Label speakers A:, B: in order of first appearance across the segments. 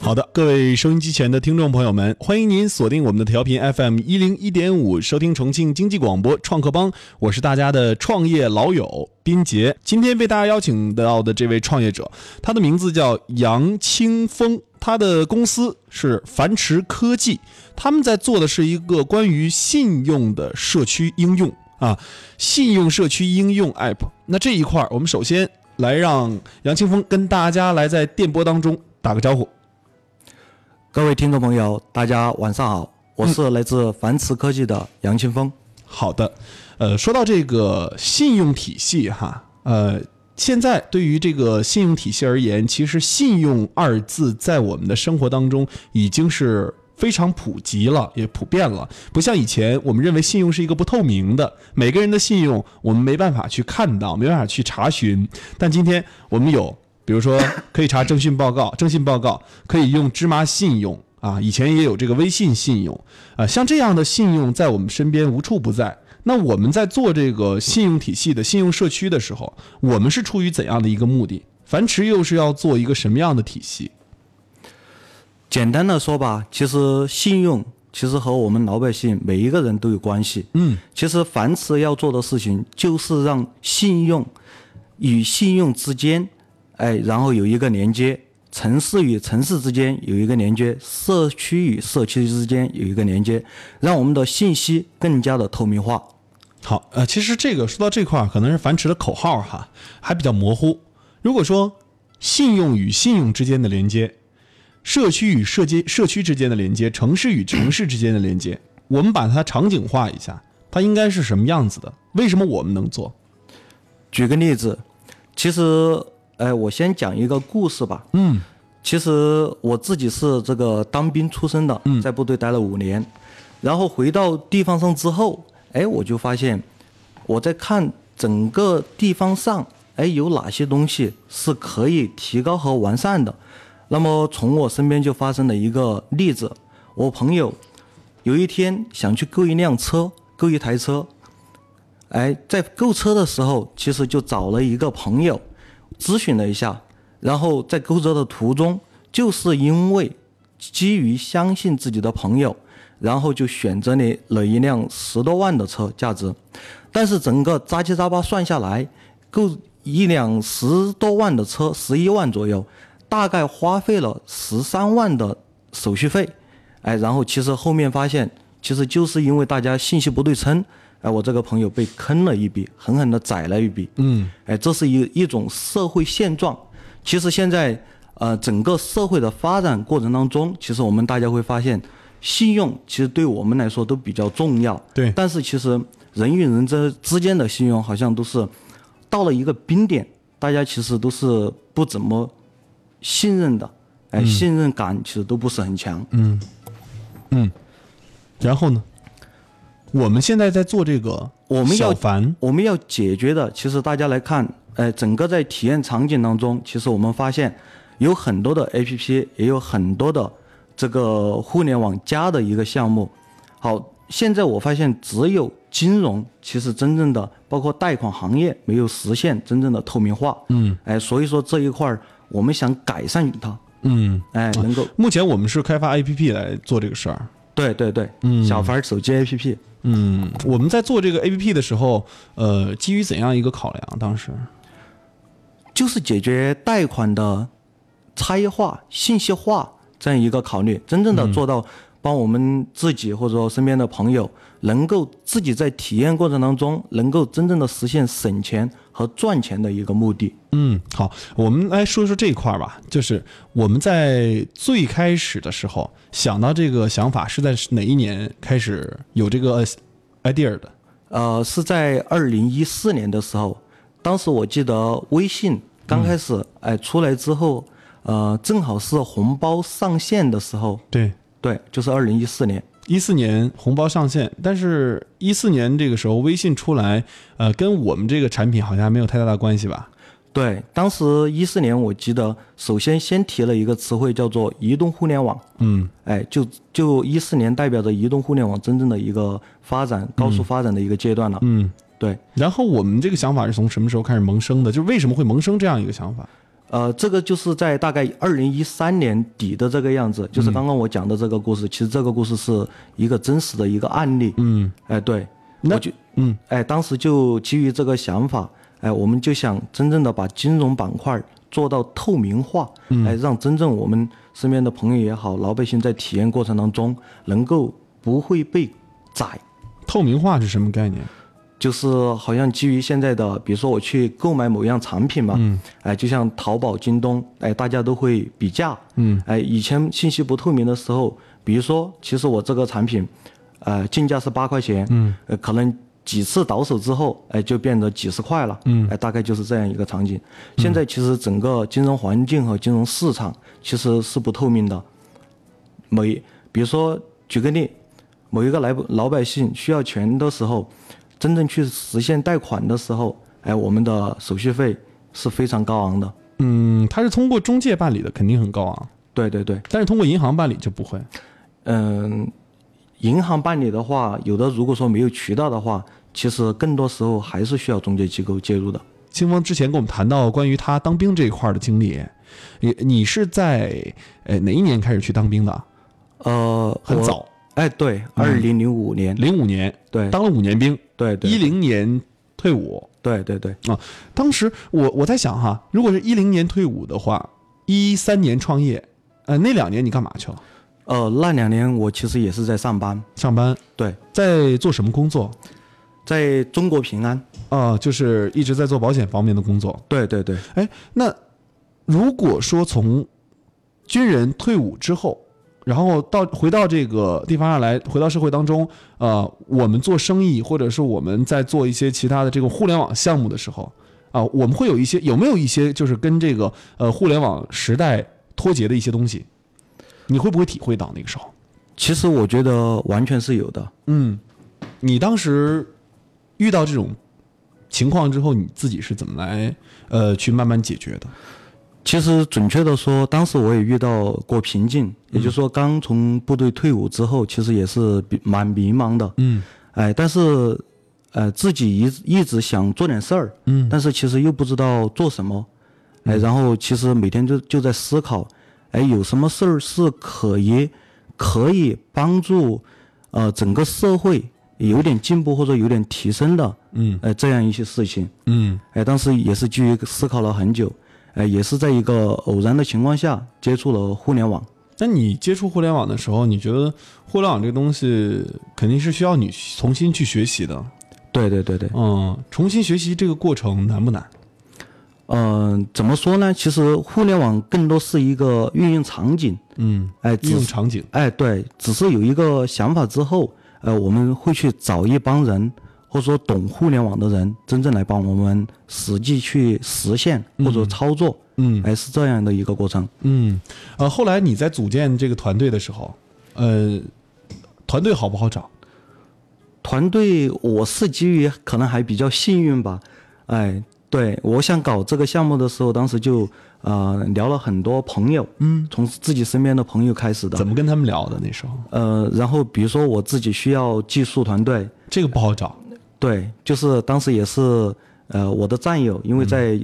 A: 好的，各位收音机前的听众朋友们，欢迎您锁定我们的调频 FM 一零一点五，收听重庆经济广播创客帮，我是大家的创业老友斌杰。今天为大家邀请到的这位创业者，他的名字叫杨清风，他的公司是樊迟科技，他们在做的是一个关于信用的社区应用啊，信用社区应用 App。那这一块儿，我们首先来让杨清风跟大家来在电波当中打个招呼。
B: 各位听众朋友，大家晚上好，我是来自樊迟科技的杨清风。
A: 好的，呃，说到这个信用体系哈，呃，现在对于这个信用体系而言，其实“信用”二字在我们的生活当中已经是非常普及了，也普遍了。不像以前，我们认为信用是一个不透明的，每个人的信用我们没办法去看到，没办法去查询。但今天我们有，比如说可以查征信报告，征信报告可以用芝麻信用。啊，以前也有这个微信信用，啊、呃，像这样的信用在我们身边无处不在。那我们在做这个信用体系的信用社区的时候，我们是出于怎样的一个目的？樊迟又是要做一个什么样的体系？
B: 简单的说吧，其实信用其实和我们老百姓每一个人都有关系。
A: 嗯，
B: 其实樊迟要做的事情就是让信用与信用之间，哎，然后有一个连接。城市与城市之间有一个连接，社区与社区之间有一个连接，让我们的信息更加的透明化。
A: 好，呃，其实这个说到这块儿，可能是樊迟的口号哈，还比较模糊。如果说信用与信用之间的连接，社区与社街社区之间的连接，城市与城市之间的连接，我们把它场景化一下，它应该是什么样子的？为什么我们能做？
B: 举个例子，其实。哎，我先讲一个故事吧。
A: 嗯，
B: 其实我自己是这个当兵出身的，在部队待了五年，然后回到地方上之后，哎，我就发现我在看整个地方上，哎，有哪些东西是可以提高和完善的。那么从我身边就发生了一个例子，我朋友有一天想去购一辆车，购一台车，哎，在购车的时候，其实就找了一个朋友。咨询了一下，然后在购车的途中，就是因为基于相信自己的朋友，然后就选择了了一辆十多万的车价值，但是整个杂七杂八算下来，购一辆十多万的车，十一万左右，大概花费了十三万的手续费，哎，然后其实后面发现，其实就是因为大家信息不对称。哎，我这个朋友被坑了一笔，狠狠的宰了一笔。
A: 嗯，
B: 哎，这是一一种社会现状。其实现在，呃，整个社会的发展过程当中，其实我们大家会发现，信用其实对我们来说都比较重要。
A: 对
B: 但是其实人与人之之间的信用好像都是到了一个冰点，大家其实都是不怎么信任的。哎，信任感其实都不是很强。
A: 嗯，嗯，然后呢？我们现在在做这个，
B: 我们要
A: 小凡，
B: 我们要解决的，其实大家来看，呃，整个在体验场景当中，其实我们发现有很多的 APP，也有很多的这个互联网加的一个项目。好，现在我发现只有金融，其实真正的包括贷款行业没有实现真正的透明化。
A: 嗯，
B: 哎、所以说这一块儿我们想改善它，
A: 嗯，
B: 哎、能够
A: 目前我们是开发 APP 来做这个事儿。
B: 对对对，小凡儿手机 APP。
A: 嗯，我们在做这个 APP 的时候，呃，基于怎样一个考量？当时，
B: 就是解决贷款的差异化、信息化这样一个考虑，真正的做到帮我们自己或者说身边的朋友，能够自己在体验过程当中，能够真正的实现省钱和赚钱的一个目的。
A: 嗯，好，我们来说说这一块儿吧。就是我们在最开始的时候想到这个想法是在哪一年开始有这个 idea 的？
B: 呃，是在二零一四年的时候，当时我记得微信刚开始哎、出来之后，呃，正好是红包上线的时候，
A: 对，
B: 对，就是二零一四年。
A: 一四年红包上线，但是一四年这个时候微信出来，呃，跟我们这个产品好像还没有太大的关系吧？
B: 对，当时一四年，我记得首先先提了一个词汇叫做移动互联网，
A: 嗯
B: 哎，就就一四年代表着移动互联网真正的一个发展、高速发展的一个阶段了。
A: 嗯。
B: 对，
A: 然后我们这个想法是从什么时候开始萌生的？就是为什么会萌生这样一个想法？
B: 呃，这个就是在大概二零一三年底的这个样子，
A: 嗯
B: 就是刚刚我讲的这个故事，其实这个故事是一个真实的一个案例。嗯，哎，对，
A: 那
B: 我就
A: 嗯，
B: 哎，当时就基于这个想法，哎，我们就想真正的把金融板块做到透明化，
A: 嗯
B: 哎，让真正我们身边的朋友也好，老百姓在体验过程当中能够不会被宰，
A: 透明化是什么概念？
B: 就是好像基于现在的，比如说我去购买某样产品嘛，嗯，哎，就像淘宝、京东，哎，大家都会比价，嗯，哎，以前信息不透明的时候，比如说，其实我这个产品，呃，进价是八块钱，嗯，呃，可能几次倒手之后，哎，就变得几十块了，嗯，哎，大概就是这样一个场景。现在其实整个金融环境和金融市场其实是不透明的，每比如说举个例，某一个老老百姓需要钱的时候，真正去实现贷款的时候，哎，我们的手续费是非常高昂的。
A: 嗯，它是通过中介办理的，肯定很高昂，
B: 对对对，
A: 但是通过银行办理就不会。
B: 嗯，银行办理的话，有的如果说没有渠道的话，其实更多时候还是需要中介机构介入的。
A: 清风之前跟我们谈到关于他当兵这一块的经历，你你是在呃哪一年开始去当兵的？
B: 呃，
A: 很
B: 我，
A: 早，嗯
B: 哎，对，二零零五年，
A: 零五年，
B: 对
A: 当了五年兵，
B: 对对
A: 一零年退伍
B: 对对对，
A: 啊。当时我我在想哈，如果是一零年退伍的话，一三年创业，呃，那两年你干嘛去了？
B: 呃，那两年我其实也是在上班，
A: 上班，
B: 对，
A: 在做什么工作？
B: 在中国平安，
A: 啊、就是一直在做保险方面的工作。
B: 对对对，
A: 哎，那如果说从军人退伍之后，然后到回到这个地方上来，回到社会当中，呃，我们做生意，或者是我们在做一些其他的这个互联网项目的时候，啊、我们会有一些有没有一些就是跟这个呃互联网时代脱节的一些东西，你会不会体会到那个时候？
B: 其实我觉得完全是有的。
A: 嗯，你当时遇到这种情况之后，你自己是怎么来呃去慢慢解决的？
B: 其实准确的说，当时我也遇到过瓶颈，
A: 嗯
B: 也就是说，刚从部队退伍之后，其实也是比蛮迷茫的。
A: 嗯
B: 哎，但是，呃，自己一一直想做点事儿，
A: 嗯
B: 但是其实又不知道做什么，哎，然后其实每天就就在思考，哎，有什么事儿是可以可以帮助呃整个社会有点进步或者有点提升的，
A: 嗯
B: 哎，这样一些事情。
A: 嗯
B: 哎，当时也是基于思考了很久，哎，也是在一个偶然的情况下接触了互联网。
A: 那你接触互联网的时候，你觉得互联网这个东西肯定是需要你重新去学习的。
B: 对对对对，
A: 嗯，重新学习这个过程难不难？
B: 嗯、怎么说呢？其实互联网更多是一个运用场景，
A: 嗯，
B: 哎，
A: 应
B: 只
A: 用
B: 是
A: 场景。
B: 哎对，只是有一个想法之后，呃，我们会去找一帮人，或者说懂互联网的人，真正来帮我们实际去实现或者操作，
A: 嗯
B: 哎，是这样的一个过程。
A: 嗯，呃，后来你在组建这个团队的时候，呃，团队好不好找？
B: 团队，我是基于可能还比较幸运吧，哎，对我想搞这个项目的时候，当时就呃聊了很多朋友，嗯，从自己身边的朋友开始的
A: 怎，么跟他们聊的？那时候
B: 呃，然后比如说我自己需要技术团队，
A: 这个不好找。
B: 对，就是当时也是呃我的战友，因为在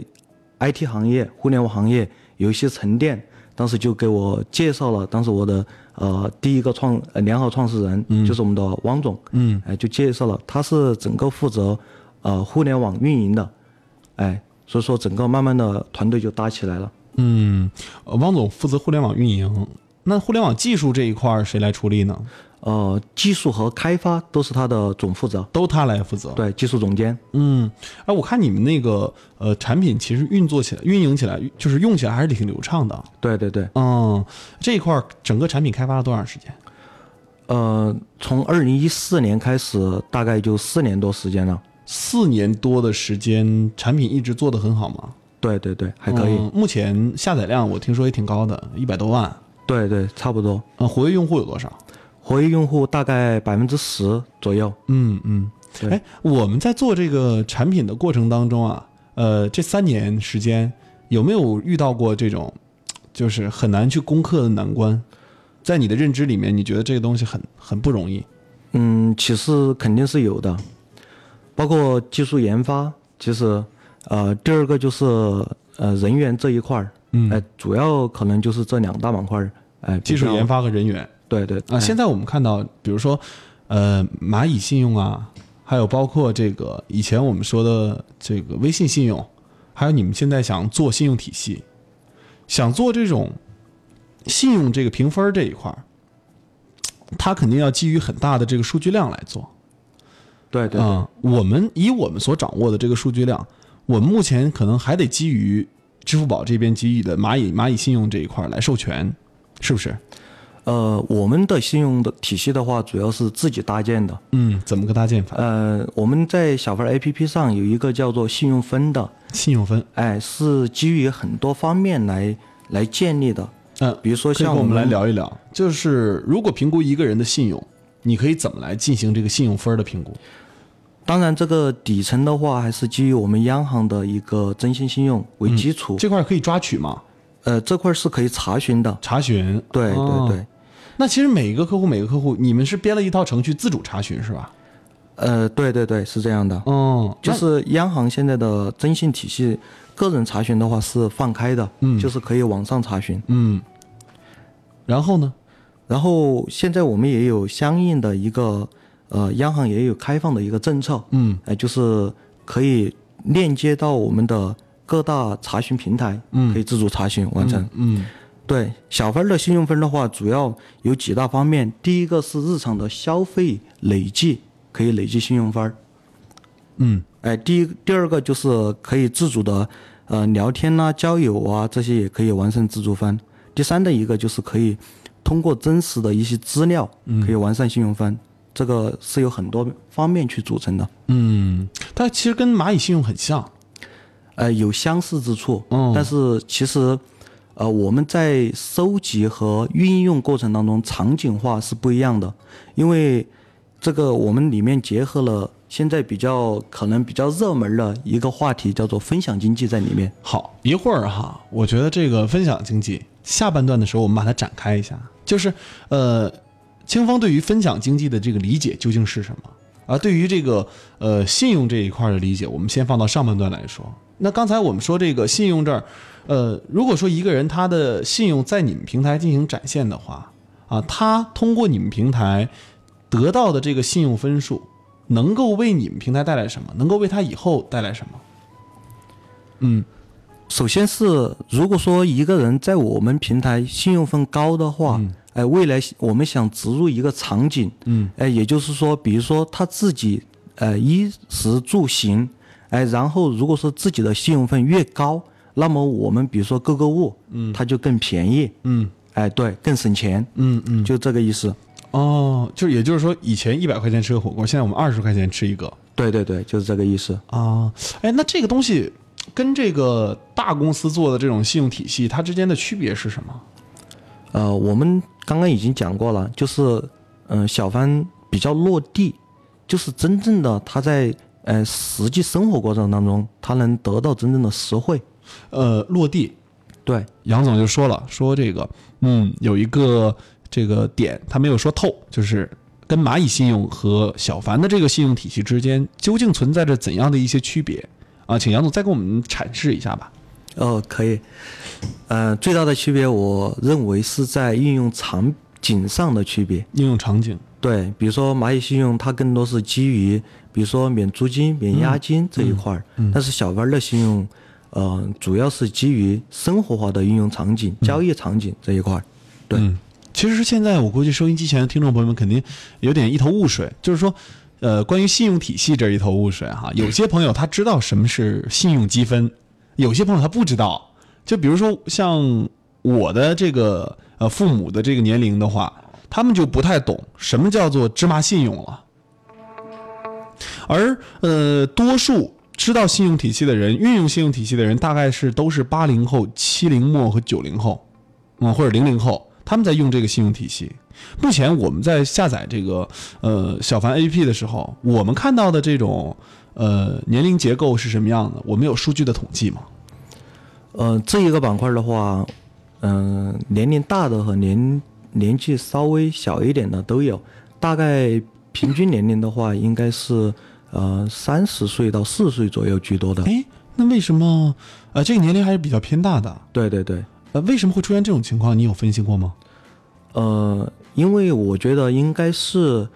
B: IT 行业、互联网行业有一些沉淀，当时就给我介绍了，当时我的呃第一个创呃联合创始人、就是我们的汪总，
A: 嗯，
B: 哎、就介绍了，他是整个负责呃互联网运营的，哎，所以说整个慢慢的团队就搭起来了。
A: 嗯，呃汪总负责互联网运营，那互联网技术这一块儿谁来处理呢？
B: 呃，技术和开发都是他的总负责，
A: 都他来负责。
B: 对，技术总监。
A: 嗯，哎，我看你们那个呃产品其实运作起来、运营起来，就是用起来还是挺流畅的。
B: 对对对，
A: 嗯，这一块儿整个产品开发了多长时间？
B: 呃，从二零一四年开始，大概就四年多时间了。
A: 四年多的时间，产品一直做得很好吗？
B: 对对对，还可以。
A: 嗯目前下载量我听说也挺高的，一百多万。
B: 对对，差不多。
A: 嗯，活跃用户有多少？
B: 活跃用户大概百分之十左右。
A: 嗯嗯。
B: 对
A: 哎，我们在做这个产品的过程当中啊，呃，这三年时间有没有遇到过这种，就是很难去攻克的难关？在你的认知里面，你觉得这个东西很很不容易？
B: 嗯，其实肯定是有的，包括技术研发。其实，呃，第二个就是呃人员这一块儿，
A: 嗯
B: 呃，主要可能就是这两大板块儿，哎、呃，
A: 技术研
B: 发，
A: 发和人员
B: 对对
A: 啊。现在我们看到，比如说，呃，蚂蚁信用啊，还有包括这个以前我们说的这个微信信用，还有你们现在想做信用体系，想做这种信用这个评分这一块儿，它肯定要基于很大的这个数据量来做。
B: 对对
A: 啊、我们以我们所掌握的这个数据量，我们目前可能还得基于支付宝这边给予的蚂蚁蚂蚁信用这一块来授权，是不是？
B: 呃，我们的信用的体系的话，主要是自己搭建的。
A: 嗯，怎么个搭建法？
B: 呃，我们在小分儿 APP 上有一个叫做信用分的，
A: 信用分，
B: 哎，是基于很多方面来来建立的。
A: 嗯、
B: 比如说
A: 可以
B: 像
A: 跟我
B: 我
A: 们
B: 们
A: 来聊一聊，就是如果评估一个人的信用，你可以怎么来进行这个信用分的评估？
B: 当然，这个底层的话还是基于我们央行的一个征信信用
A: 嗯
B: 为基础。
A: 这块可以抓取吗？
B: 呃，这块儿是可以查询的。
A: 查询？
B: 对对
A: 哦
B: 对，
A: 那其实每一个客户每个客户，你们是编了一套程序自主查询是吧？
B: 呃，对对对，是这样的。
A: 嗯，
B: 就
A: 那
B: 是央行现在的征信体系，个人查询的话是放开的，
A: 嗯
B: 就是可以网上查询。
A: 嗯，然后呢？
B: 然后现在我们也有相应的一个，呃，央行也有开放的一个政策，
A: 嗯
B: 呃，就是可以链接到我们的各大查询平台，
A: 嗯
B: 可以自主查询完成。
A: 嗯
B: 对小分儿的信用分的话，主要有几大方面，第一个是日常的消费累计，可以累积信用分儿。
A: 嗯
B: 哎，第一第二个就是可以自主的，呃，聊天呐、交友啊这些也可以完善自主分。第三的一个就是可以通过真实的一些资料，可以完善信用分，这个是有很多方面去组成的，
A: 嗯，它其实跟蚂蚁信用很像。
B: 呃，有相似之处，
A: 嗯
B: 但是其实。呃，我们在收集和运用过程当中，场景化是不一样的，因为这个我们里面结合了现在比较可能比较热门的一个话题，叫做分享经济在里面。
A: 好，一会儿哈，我觉得这个分享经济下半段的时候，我们把它展开一下，就是呃，清风对于分享经济的这个理解究竟是什么？而对于这个呃信用这一块的理解，我们先放到上半段来说。那刚才我们说这个信用这儿，呃，如果说一个人他的信用在你们平台进行展现的话，啊，他通过你们平台得到的这个信用分数，能够为你们平台带来什么？能够为他以后带来什么？嗯
B: 首先是，如果说一个人在我们平台信用分高的话，哎，未来我们想植入一个场景，
A: 嗯，
B: 哎，也就是说，比如说他自己，呃，衣食住行，哎，然后如果说自己的信用分越高，那么我们比如说购购物，嗯，它就更便宜，
A: 嗯。
B: 哎，对，更省钱，
A: 嗯嗯，
B: 就这个意思。
A: 哦，就是也就是说，以前一百块钱吃个火锅，现在我们二十块钱吃一个
B: 对对对，就是这个意思。
A: 啊。哎，那这个东西跟这个大公司做的这种信用体系，它之间的区别是什么？
B: 呃，我们刚刚已经讲过了，就是嗯、呃小帆比较落地，就是真正的他在呃实际生活过程当中，他能得到真正的实惠。
A: 呃，落地，
B: 对，
A: 杨总就说了，说这个，嗯，有一个这个点，他没有说透，就是跟蚂蚁信用和小凡的这个信用体系之间究竟存在着怎样的一些区别啊？请杨总再给我们阐释一下吧。
B: 哦，可以。呃，最大的区别，我认为是在应用场景上的区别。
A: 应用场景，
B: 对，比如说蚂蚁信用，它更多是基于，比如说免租金、免押金这一块儿、但是小班的信用，呃，主要是基于生活化的应用场景、交易场景这一块儿。对，
A: 嗯，其实现在我估计收音机前的听众朋友们肯定有点一头雾水，就是说，呃，关于信用体系这一头雾水哈，有些朋友他知道什么是信用积分，有些朋友他不知道。就比如说像我的这个呃父母的这个年龄的话，他们就不太懂什么叫做芝麻信用了。而呃，多数知道信用体系的人，运用信用体系的人，大概是都是八零后、七零末和九零后。嗯，或者零零后，他们在用这个信用体系。目前我们在下载这个呃小凡 APP 的时候，我们看到的这种呃年龄结构是什么样的？我们有数据的统计吗？
B: 呃，这一个板块的话，嗯、年龄大的和年年纪稍微小一点的都有，大概平均年龄的话，应该是呃三十岁到四十岁左右居多的。
A: 哎，那为什么呃这个年龄还是比较偏大的？
B: 对对对，
A: 呃，为什么会出现这种情况？你有分析过吗？
B: 呃，因为我觉得应该是，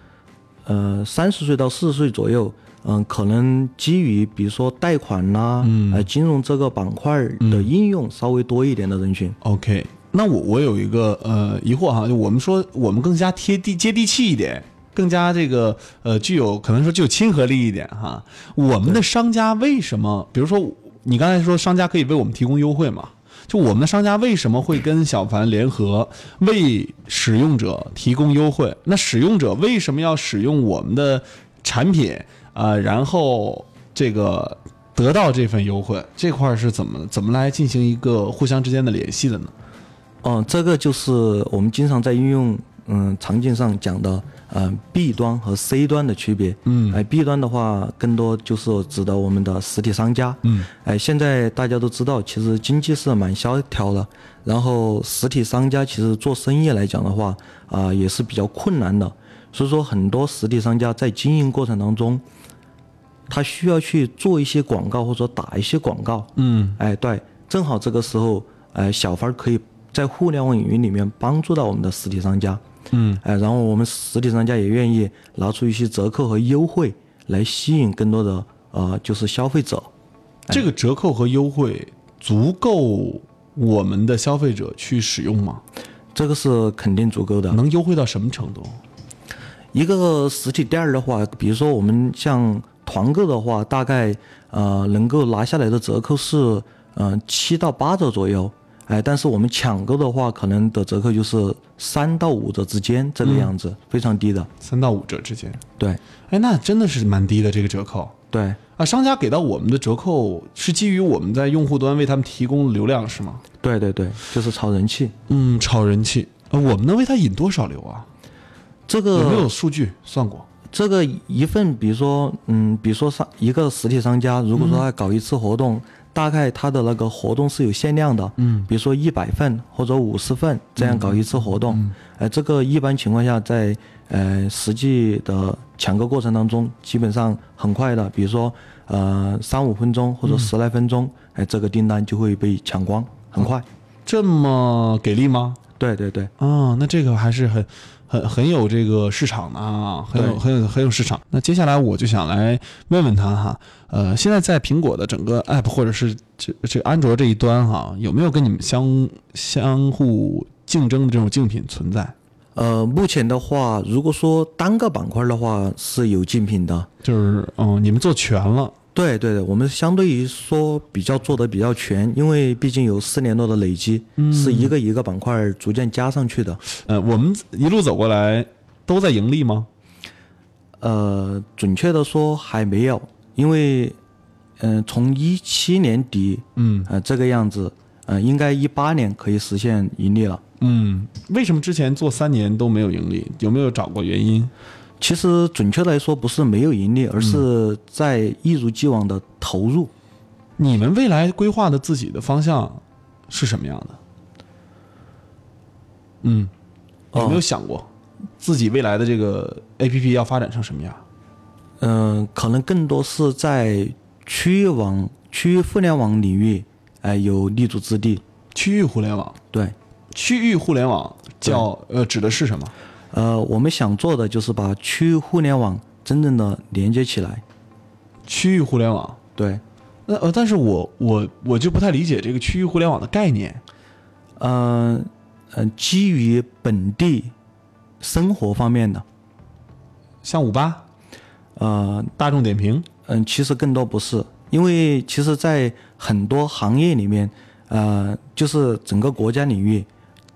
B: 呃，三十岁到四十岁左右，嗯、可能基于比如说贷款啦、
A: 嗯
B: 呃，金融这个板块的应用稍微多一点的人群。
A: OK，那我我有一个呃疑惑哈，就我们说我们更加贴地接地气一点，更加这个呃具有可能说具有亲和力一点哈。我们的商家为什么？比如说你刚才说商家可以为我们提供优惠嘛？就我们的商家为什么会跟小凡联合为使用者提供优惠？那使用者为什么要使用我们的产品啊、呃然后这个得到这份优惠，这块儿是怎么怎么来进行一个互相之间的联系的呢？
B: 哦、这个就是我们经常在应用嗯场景上讲的，嗯、B 端和 C 端的区别。
A: 嗯
B: 哎、b 端的话更多就是指的我们的实体商家。
A: 嗯，
B: 哎、现在大家都知道，其实经济是蛮萧条的，然后实体商家其实做生意来讲的话，啊、也是比较困难的，所以说很多实体商家在经营过程当中，他需要去做一些广告或者打一些广告。
A: 嗯
B: 哎，对，正好这个时候，哎，小贩儿可以在互联网领域里面帮助到我们的实体商家，
A: 嗯
B: 哎，然后我们实体商家也愿意拿出一些折扣和优惠来吸引更多的呃，就是消费者。，
A: 这个折扣和优惠足够我们的消费者去使用吗？
B: 这个是肯定足够的。
A: 能优惠到什么程度？
B: 一个实体店儿的话，比如说我们像团购的话，大概呃能够拿下来的折扣是嗯七到八折左右，哎，但是我们抢购的话，可能的折扣就是三到五折之间这个
A: 嗯
B: 样子，非常低的。
A: 三到五折之间？
B: 对
A: 哎，那真的是蛮低的这个折扣
B: 对，
A: 啊！商家给到我们的折扣是基于我们在用户端为他们提供流量是吗？
B: 对对对，就是炒人气。
A: 嗯，炒人气。呃，我们能为他引多少流啊？
B: 这
A: 有没
B: 个
A: 有数据算过？
B: 这个一份，比如说，嗯，比如说商一个实体商家，如果说他搞一次活动，大概他的那个活动是有限量的，
A: 嗯，
B: 比如说一百份或者五十份这样搞一次活动，呃，这个一般情况下在呃实际的抢购过程当中，基本上很快的，比如说呃三五分钟或者十来分钟，哎、这个订单就会被抢光，很快。
A: 这么给力吗？
B: 对对对，
A: 啊，那这个还是很很很有这个市场的啊，很有
B: 对
A: 很有很有市场。那接下来我就想来问问他哈，呃，现在在苹果的整个 App 或者是这这安卓这一端哈，有没有跟你们相相互竞争的这种竞品存在？
B: 呃，目前的话，如果说单个板块的话是有竞品的，
A: 就是嗯、你们做全了，
B: 对对对，我们相对于说比较做的比较全，因为毕竟有四年多的累积，是一个一个板块儿逐渐加上去的。
A: 呃，我们一路走过来都在盈利吗？
B: 呃，准确的说还没有，因为，嗯、从一七年底，
A: 嗯
B: 呃，这个样子，呃，应该一八年可以实现盈利了。
A: 嗯，为什么之前做三年都没有盈利？有没有找过原因？
B: 其实准确来说不是没有盈利，而是在一如既往的投入。
A: 你们未来规划的自己的方向是什么样的？嗯，
B: 哦
A: 有没有想过自己未来的这个 A P P 要发展成什么样？
B: 嗯、可能更多是在区域网、区域互联网领域，哎、有立足之地。
A: 区域互联网，
B: 对，
A: 区域互联网叫呃指的是什么？
B: 呃，我们想做的就是把区域互联网真正的连接起来。
A: 区域互联网，
B: 对，
A: 那呃，但是我我我就不太理解这个区域互联网的概念。
B: 嗯、呃，基于本地生活方面的，
A: 像五八、
B: 呃，
A: 大众点评，
B: 嗯、其实更多不是，因为其实，在很多行业里面，呃，就是整个国家领域，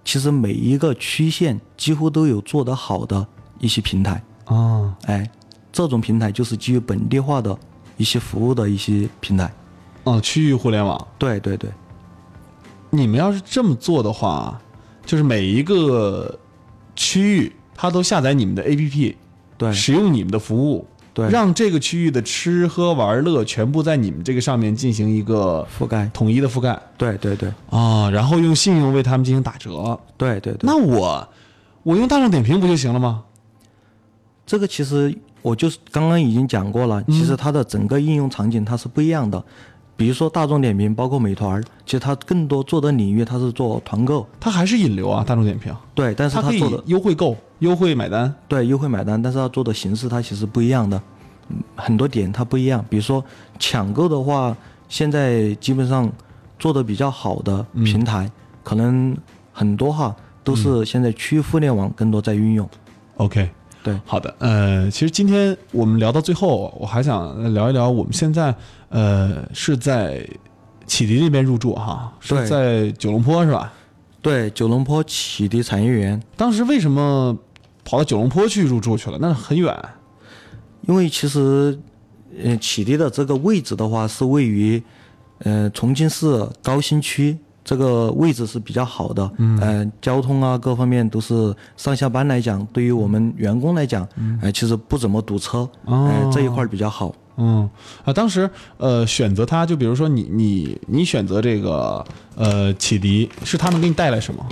B: 其实每一个区县几乎都有做得好的一些平台。
A: 啊，
B: 哎，这种平台就是基于本地化的一些服务的一些平台。
A: 哦，区域互联网，
B: 对对对。
A: 你们要是这么做的话，就是每一个区域它都下载你们的 APP，
B: 对
A: 使用你们的服务，
B: 对
A: 让这个区域的吃喝玩乐全部在你们这个上面进行一个
B: 覆盖，
A: 统一的覆盖
B: 对对对
A: 啊、然后用信用为他们进行打折。
B: 对对对。
A: 那我我用大众点评不就行了吗？
B: 这个嗯其实我就是刚刚已经讲过了，其实它的整个应用场景它是不一样的。比如说大众点评，包括美团，其实它更多做的领域它是做团购，
A: 它还是引流啊，大众点评。
B: 对，但是
A: 它可以
B: 做的
A: 优惠购、优惠买单。
B: 对优惠买单，但是它做的形式它其实不一样的，嗯很多点它不一样。比如说抢购的话，现在基本上做的比较好的平台，可能很多哈都是现在区域互联网更多在运用。
A: OK，
B: 对，
A: 好的，呃，其实今天我们聊到最后，我还想聊一聊我们现在呃是在启迪那边入驻哈，是
B: 对
A: 在九龙坡是吧？
B: 对，九龙坡启迪产业园，
A: 当时为什么跑到九龙坡去入驻去了？那很远，
B: 因为其实，呃，启迪的这个位置的话是位于，呃，重庆市高新区这个位置是比较好的，嗯、呃，交通啊各方面都是上下班来讲，对于我们员工来讲，嗯、呃，其实不怎么堵车，
A: 哦
B: 呃，这一块儿比较好。
A: 嗯啊，当时呃选择它，就比如说你你你选择这个呃启迪，是他们给你带来什么？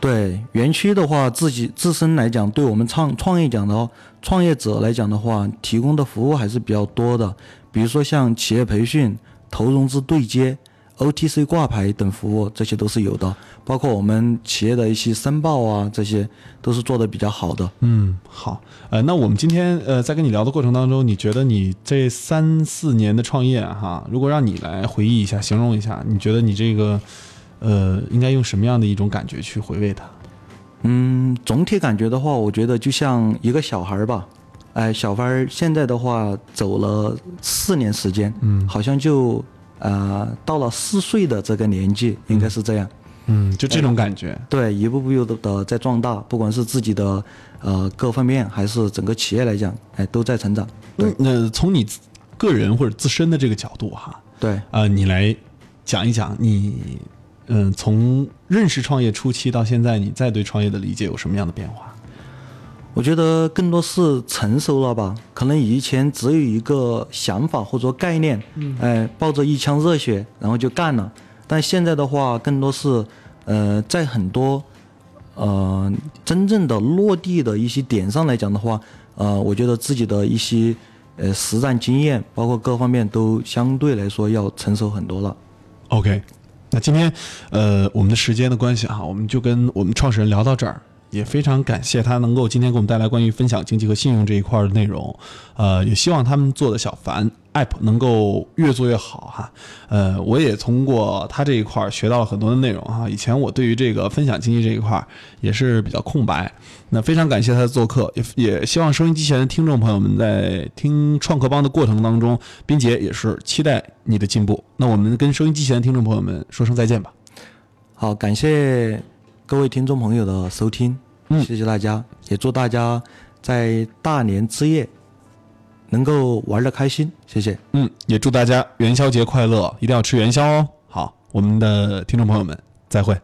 B: 对园区的话，自己自身来讲，对我们创创业讲的话创业者来讲的话，提供的服务还是比较多的，比如说像企业培训、投融资对接、OTC 挂牌等服务，这些都是有的。包括我们企业的一些申报啊，这些都是做的比较好的。
A: 嗯，好，呃，那我们今天呃在跟你聊的过程当中，你觉得你这三四年的创业哈，如果让你来回忆一下、形容一下，你觉得你这个呃应该用什么样的一种感觉去回味它？
B: 嗯，总体感觉的话，我觉得就像一个小孩儿吧，哎，小孩儿现在的话走了四年时间，嗯，好像就呃到了四岁的这个年纪，应该是这样。
A: 嗯，就这种感觉。
B: 对，一步步的在壮大，不管是自己的呃各方面，还是整个企业来讲，哎，都在成长。
A: 嗯，那从你自个人或者自身的这个角度哈，
B: 对，
A: 呃，你来讲一讲你嗯、从认识创业初期到现在，你再对创业的理解有什么样的变化？
B: 我觉得更多是成熟了吧，可能以前只有一个想法或者说概念，嗯，哎，抱着一腔热血，然后就干了。但现在的话，更多是呃，在很多呃真正的落地的一些点上来讲的话，呃，我觉得自己的一些呃实战经验，包括各方面都相对来说要成熟很多了。
A: OK，那今天呃我们的时间的关系哈，我们就跟我们创始人聊到这儿。也非常感谢他能够今天给我们带来关于分享经济和信用这一块的内容，呃，也希望他们做的小凡 App 能够越做越好哈，呃，我也通过他这一块儿学到了很多的内容哈。以前我对于这个分享经济这一块儿也是比较空白，那非常感谢他的做客，也也希望收音机前的听众朋友们在听创客帮的过程当中，并且也是期待你的进步。那我们跟收音机前的听众朋友们说声再见吧。
B: 好，感谢各位听众朋友的收听，
A: 嗯
B: 谢谢大家，也祝大家在大年之夜能够玩的开心，谢谢。
A: 嗯，也祝大家元宵节快乐，一定要吃元宵哦。好，我们的听众朋友们，再会。